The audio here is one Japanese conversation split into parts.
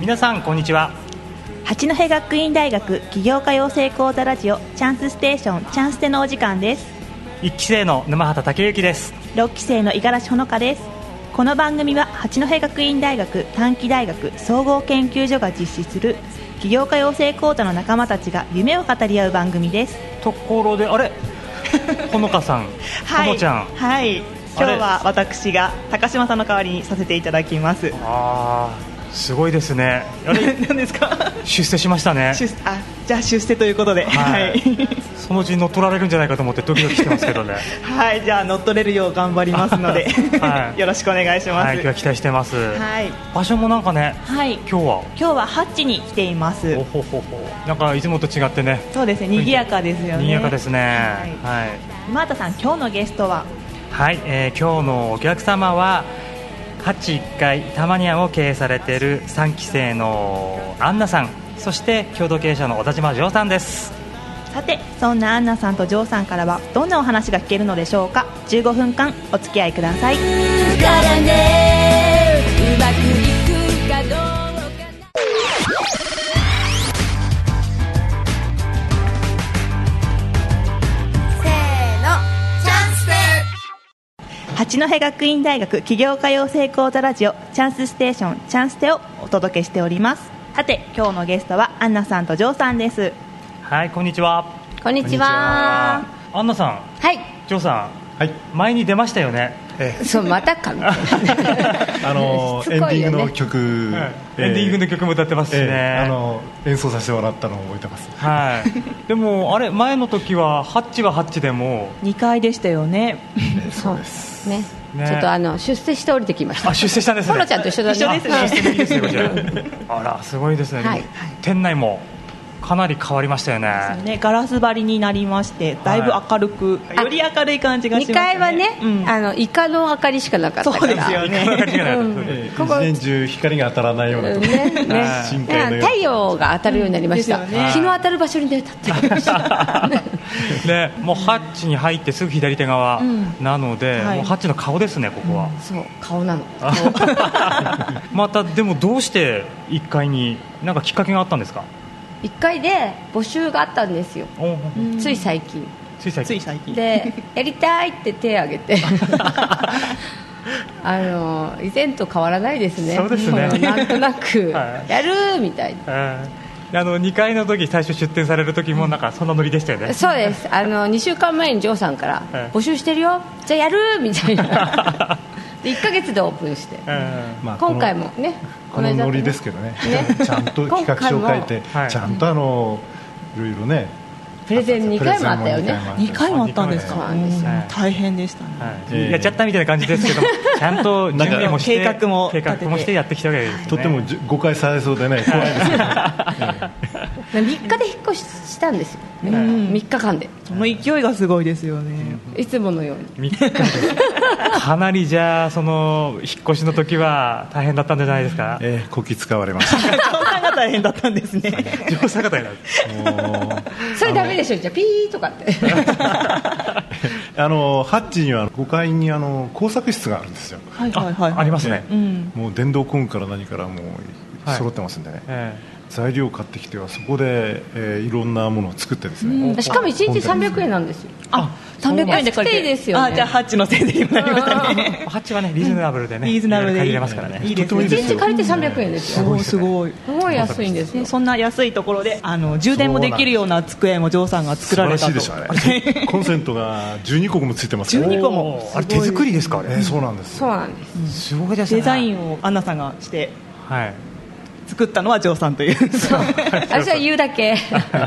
皆さんこんにちは八戸学院大学起業家養成講座ラジオチャンスステーションチャンステのお時間です一期生の沼畑武之です六期生の五十嵐ほのかですこの番組は八戸学院大学短期大学総合研究所が実施する起業家養成講座の仲間たちが夢を語り合う番組ですところであ れほのかさん、ほのちゃんはい今日は私が高島さんの代わりにさせていただきますあーすごいですねあれ 何ですか出世しましたね 出あじゃあ出世ということでははいい、そのうちに乗っ取られるんじゃないかと思ってドキドキしてますけ どねはい、じゃあ乗っ取れるよう頑張りますので、はい よろしくお願いしますはい今日は期待してます、はい、場所もなんかねはい今今日は日はハッチに来ていますおほほほなんかいつもと違ってねそうですね、賑やかですよね賑やかですねははい、い、マータさん、今日のゲストははいえー今日のお客様は81階タマニアを経営されている3期生のアンナさんそして共同経営者の小田島城さんですさて、そんなアンナさんとジョーさんからはどんなお話が聞けるのでしょうか15分間お付き合いくださいからねうまくいくかどうかなせーのチャンスで八戸学院大学起業家養成講座ラジオチャンスステーションチャンステをお届けしておりますさて、今日のゲストはアンナさんとジョーさんですはいこんにちはこんにちはアンナさんはい城さはい、ん前に出ましたよ ねえそうまたかみたい あのしつエンデこいィよねングの曲、 エンディングの曲曲も歌ってますしね、あの演奏させてもらったのを覚えてます。はい、でも、あれ前の時はハッチはハッチでも2回でしたよねそうです。ねねちょっとあの出世して降りてきましたあ出世したんですねほのちゃんと一緒だ ね一緒ですねあ出世できですねこちらあらすごいですね、はい店内もかなり変わりましたよねね、ガラス張りになりましてだいぶ明るく、いより明るい感じがし2ますね階はね、うんあのイカの明かりしかなかったからそうです よね間違いないええここ一年中光が当たらないようなところ、ねねはい深海のような太陽が当たるようになりました、うんですよね日の当たる場所に出たってきま した、ねもうハッチに入ってすぐ左手側なので、はいもうハッチの顔ですねここは、そう顔なのまたでもどうして1階になんかきっかけがあったんですか1回で募集があったんですよ、おつい最近つい最つい近最近でやりたいって手を挙げ てあの以前と変わらないですねそうですねこのなんとな くはいやるーみたいな、ええあの2階の時最初出店される時もなんかそんなノリでしたよねそうですあの2週間前にジョーさんから、はい募集してるよじゃあやるーみたい なで1か月でオープンしてえまあ今回もねこのこのノリですけけどねね。 ちゃんと企画書を書いて今回も、ちゃんとあのいろいろね。プレゼン2回もあったよプレゼねンも二2回もあったんですそうかなんですようん大変でしたね、はいええやっちゃったみたいな感じですけ どもちゃんと準備もしてなんか計画も計立て画てもしてやってきたわけですねとてもじゅ誤解されそうでね、怖いですけど。 3日で引っ越ししたんですよ、ねん3日間でその勢いがすごいですよね、いつものように3日でかなりじゃあその引っ越しの時は大変だったんじゃないですかええ、こき使われま した。そんなが大変だったんですね上手方になるもうそれダメでしょじゃあピーとかってあのハッチには5階にあの工作室があるんですよ。はいはいはいあありますねうんもう電動工具から何からもうはい揃ってますんでね、え材料を買ってきてはそこで、えーいろん なものを作ってですね、しかも1日300円なんですよあそうなん300円で借り安くていいですよねあじゃあハッチのせいでにもなりましたねえハッチはねリーズナブルでねリーズナブルで借いりいれますからねいいですとてもいいねで1す日よ借りて300円ですすよごいすごいすごい安いんですよねそんな安いところであの充電もできるような机もジョーさんが素作ら晴れらしたいとでしょあれコンセントが12個もついてますから12個もおーあれ手作りですかあえーれそうなんですそうなんですすごいですね デザインンをアンナさんがしてはい作ったのはジョーさんという私は言うだけ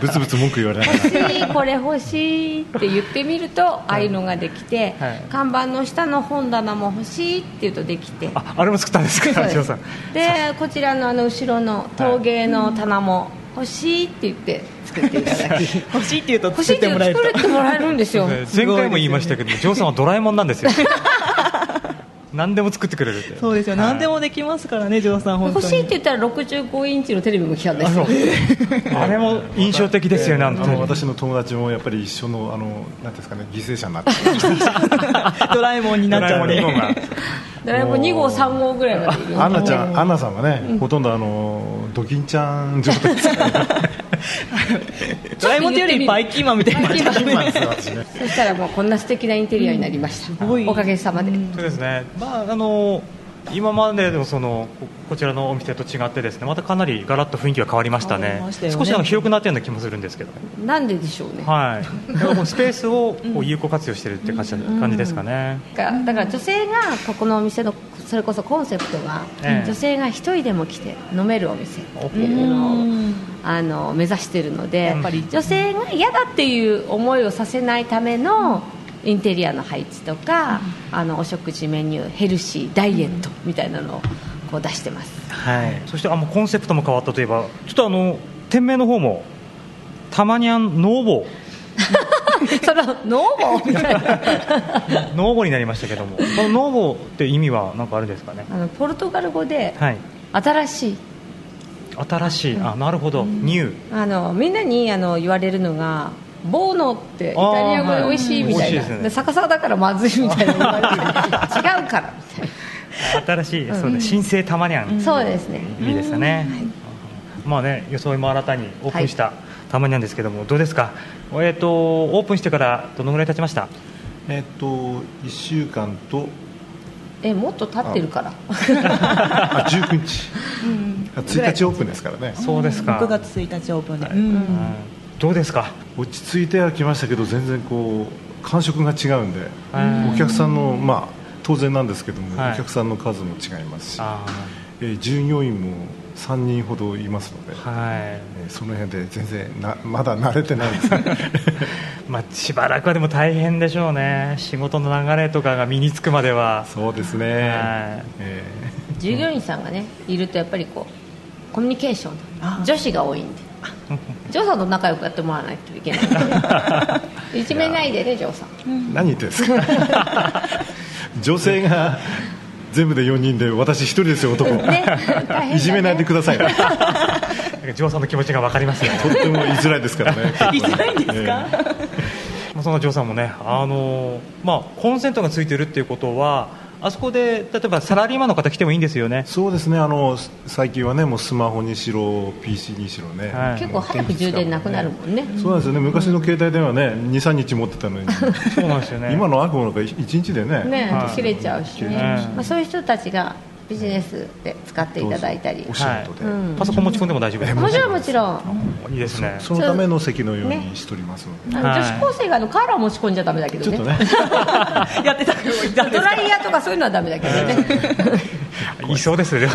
ブツブツ文句言われな欲いしいこれ欲しいって言ってみるとああいうのができて、はい看板の下の本棚も欲しいって言うとできてああれも作ったんですそうかです城さんでこちらのあの後ろの陶芸の棚も欲しいって言って作っていただき欲しいって言うと欲し作いっっててもらえ作るとれてもらえるんです よね前回も言いましたけど、ジョーさんはドラえもんなんですよ。何でも作ってくれるってそうですよ、はい何でもできますからね、ジョーさん、本当欲に。しいって言ったら65インチのテレビも来たんですよあれも印象的ですよね、あ本当のに私の友達もやっぱり一緒のあのなんていうんですかね犠牲者になってドラえもんになっちゃっドラえてもん。二号がドラえもん2号3号ぐらいまでいる アンナちゃんアンナさんはねほとんどあのドキンちゃん状態ですからねドラえもんってよりバイキンマンみたいな感じです今ね。ですよ私ねそしたらもうこんな素敵なインテリアになりました、ごいおかげさまで、そうですね、まああの今までのそのここちらのお店と違ってですねまたかなりガラッと雰囲気が変わりました変わねりましたよね少しあの広くなったような気もするんですけど、なんででしょうね、はい、だからもうスペースをこう有効活用してるって感じ,、感じですかね、がだから女性がここのお店のそれこそコンセプトが、ええ女性が一人でも来て飲めるお店っていうのをあの目指しているのでっぱり女性が嫌だっていう思いをさせないためのインテリアの配置とか、あのお食事メニューヘルシーダイエットみたいなのをこう出し てますはい、そしてあもうコンセプトも変わったといえばちょっとあの店名の方もたまにあのノーボーそのノーボ ーみたいな ノーボーになりましたけどもこのノーボーって意味は何かあるんですかねあのポルトガル語ではい新しい新しいあなるほど、ニューあのみんなにあの言われるのがボーノってイタリア語で美味しいみたいあーはい美味しいですなねで逆さだからまずいみたいな言われて違うから みたい新しい、そうね新生たまにゃん、なそうですねいいですよね、まあね装いも新たにオープンしたたまにゃんですけども、どうですかえっ、とオープンしてからどのぐらい経ちましたえっと1週間とえもっと経ってるからあ19日1日オープンですからねそうですか9月1日オープンで。うんうんどうですか落ち着いてはきましたけど全然こう感触が違うんでうんお客さんのまあ当然なんですけども、はいお客さんの数も違いますし、あえー従業員も3人ほどいますので、ーはい えーその辺で全然なまだ慣れてないですねまあ、しばらくはでも大変でしょうね、仕事の流れとかが身につくまでは、そうですね、はいえ従業員さんがねいるとやっぱりこうコミュニケーショあン女子が多 いんでジョーさんと仲良くやってもらわないといけないの でいじめないでねジョーさんー何言ってるんですか女性が全部で4人で私1人ですよ男、ね大変だねいじめないでくださいねなんかジョーさんの気持ちが分かりますよね、 とっても言いづらいですか らねいづらいんですかえーまあそのジョーさんもね、あのーまあ、コンセントがついてるっていうことは、あそこで例えばサラリーマンの方来てもいいんですよね、そうですねあの最近はねもうスマホにしろ PC にしろね、はい結構早く充電なくなるもんねそうなんですよね昔の携帯電話ね23日持ってた のにそうなんですよね今の悪夢なんか1日でねねはい切れちゃうしね切れちゃうしまあ、そういう人たちがビジネスで使っていただいたりどうぞお仕事で、はいううんパソコン持ち込んでも大丈夫ですかもちろんもちろんいいですねそのための席のようにしておりますので、あのはい女子高生があのカーラー持ち込んじゃダメだけちどょっねとね やってたけどいたんでドすかライヤーとかそういうのはダメだけどねいそうですよね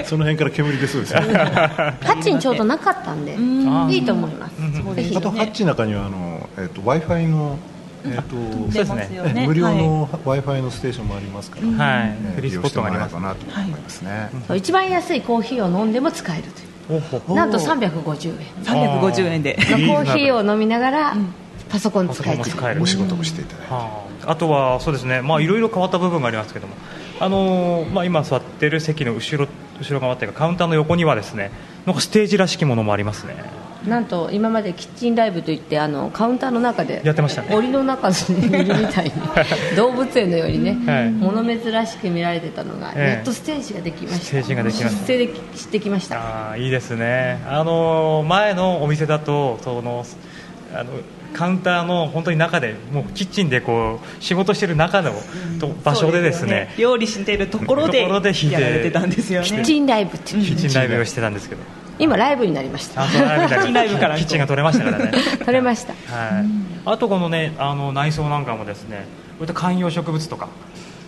その辺から煙出そうですよねハッチにちょうどなかったんでんいいと思いますぜひあとハッチの中にはあの、えっと w i f i の、えっとそう出ですねますよね。無料はいの w i f i のステーションもありますから、はいえフリーー利ス用ポしッてトもがあらりえれまばすかなと思いますね、そう一番安いコーヒーを飲んでも使えるといおほうほなんと350円350円で。いいのなコーヒーを飲みながらパソコン使えパソコンもち使ゃえうるお仕事もしていただいて、はあ、あとはそうですね、まあいろいろ変わった部分がありますけども、あのーまあ今座ってる席の後ろ後ろ側というかカウンターの横にはですね、なんかステージらしきものもありますね。なんと今までキッチンライブといってあのカウンターの中でやってましたね檻の中に いるみたいに動物園のようにね、はい物珍しく見られてたのが、ええやっとステージができましたステージができました出世でしてきましたああいいですね。あのー前のお店だとそのあのカウンターの本当に中でもうキッチンでこう仕事してる中のと場所でですね。料理してるところでところで弾いてやられてたんですよね。キッチンライブっていうキッチンライブをしてたんですけど、今ライブになりましたあそうライブだキッチンライブからキッチンが取れましたからね。 取れましたはい、あとこのねあの内装なんかもですねこういった観葉植物とか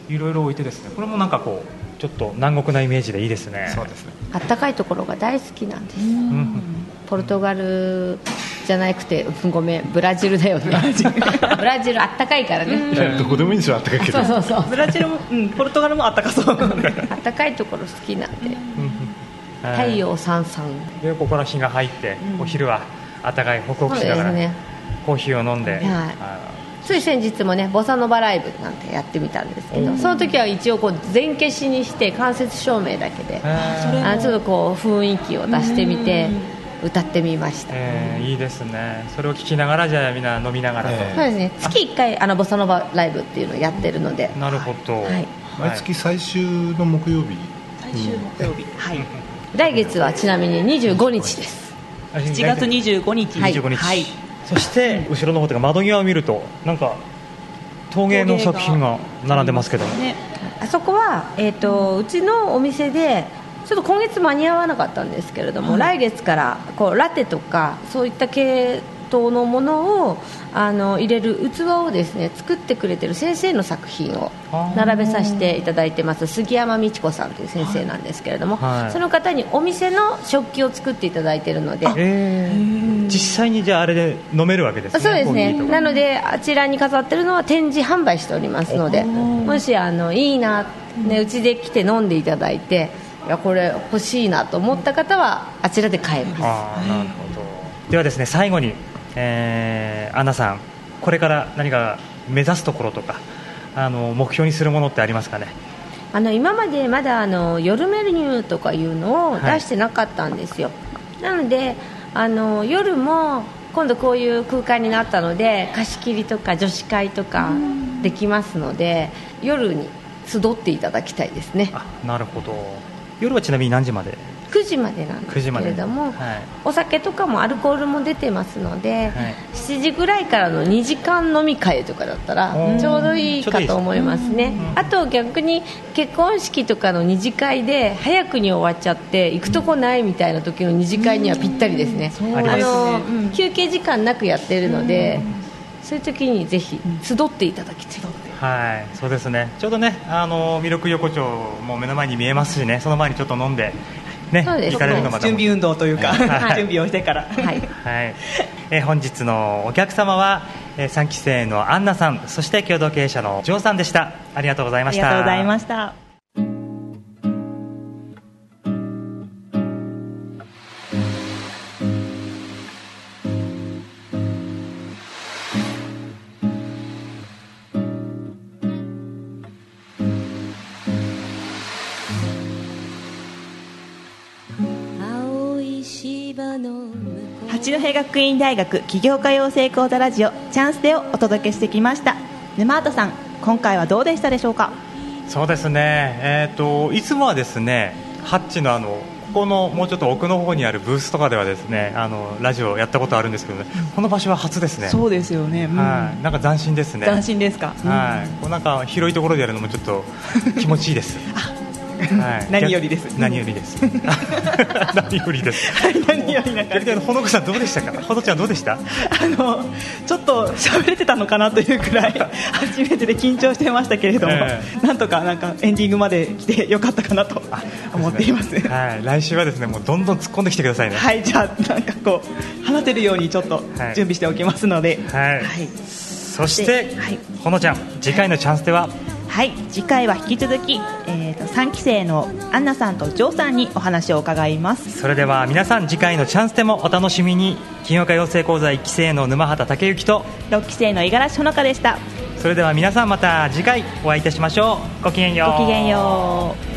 いろいろ置いてですねこれもなんかこうちょっと南国なイメージでいいですねそうですねあったかいところが大好きなんですうんポルトガルじゃなくてうんごめんブラジルだよ ねブラジルあったかいからねいやどこでもいいんですよあったかいけどそうそうそうブラジルも、うん、ポルトガルもあったかそうなんで。あったかいところ好きなんではい太陽さんさんでここから日が入って、お昼は暖かいホクホクしながそうでら、すねコーヒーを飲んで、はいあつい先日もねボサノバライブなんてやってみたんですけどその時は一応こう全消しにして間接照明だけでえあちょっとこう雰囲気を出してみて歌ってみました、えーいいですねそれを聞きながらじゃあみんな飲みながらと、えそうですね月1回あのボサノバライブっていうのをやってるのでなるほど、はい毎月最終の木曜日最終木曜日、はい、来月はちなみに25日ですはい7月25日、はい25日、はい、そして後ろの方というか窓際を見るとなんか陶芸の作品が並んでますけども、ね、あそこは、えー、とうちのお店でちょっと今月間に合わなかったんですけれども、来月からこうラテとかそういった系統のものをあの入れる器をですね作ってくれてる先生の作品をあー並べさせていただいてます杉山美智子さんという先生なんですけれども、はいその方にお店の食器を作っていただいているので。えー実際にじゃああれで飲めるわけですねそうですねコーヒーとかなのであちらに飾ってるのは展示販売しておりますのでもしあのいいなねうちで来て飲んでいただいていやこれ欲しいなと思った方はあちらで買えますあーなるほどではですね最後に、えーアンナさんこれから何か目指すところとかあの目標にするものってありますかねあの今までまだあの夜メニューとかいうのをはい出してなかったんですよ、なのであの夜も今度こういう空間になったので貸し切りとか女子会とかできますので夜に集っていただきたいですねあなるほど夜はちなみに何時まで9時までなんですけれど9時まも、ではいお酒とかもアルコールも出てますので、はい7時ぐらいからの2時間飲み会とかだったうらんちょうどいいかと思いますねあと逆に結婚式とかの二次会で早くに終わっちゃって行くとこないみたいな時の二次会にはぴったりですね、うですあねの休憩時間なくやってるので、そういう時にぜひ集っていただきたい、はい、そうですね。ちょうどね、あの魅力横丁も目の前に見えますしね、その前にちょっと飲んでね、そうです行かれるのまた準備運動というか、はい 準備をしてから、はいはい。えー本日のお客様は、えー、三期生のアンナさん、そして共同経営者のジョーさんでした。ありがとうございあまりした。がとうございましした。青い芝の向こう八戸学院大学起業家養成講座ラジオチャンスでをお届けしてきました沼畑さん今回はどうでしたでしょうかた。そうですね。えっ、といつもはですね、ハッチのあのここのもうちょっと奥の方にあるブースとかではですね、あのラジオやったことあるんですけどね、この場所は初ですね。うですよね、はい。なんか斬新ですね。斬新ですか、はい、こうなんか広いところでやるのもちょっ と気持ちいいです。はい何よりです逆何より です。何よりです。何よりなんか逆にあのほのこさんどうでしたか。ほのちゃんどうでした。あのちょっと喋れてたのかなというくらい初めてで緊張してましたけれども、えなんとかなんかエンディングまで来てよかったかなと思っていますははい、来週はですね、もうどんどん突っ込んできてくださいね。いじゃあなんかこう放てるようにちょっとはい準備しておきますのではい。はいそして、はいほのちゃん、次回のチャンスでは、はい、次回は引き続き、えー、と3期生のアンナさんとジョーさんにお話を伺いますそれでは皆さん次回のチャンスでもお楽しみに。金曜日養成講座一期生の沼畑武之と、 6期生の五十嵐ほのかでしたそれでは皆さんまた次回お会いいたしましょう。ごきげんよう。ごきげんよう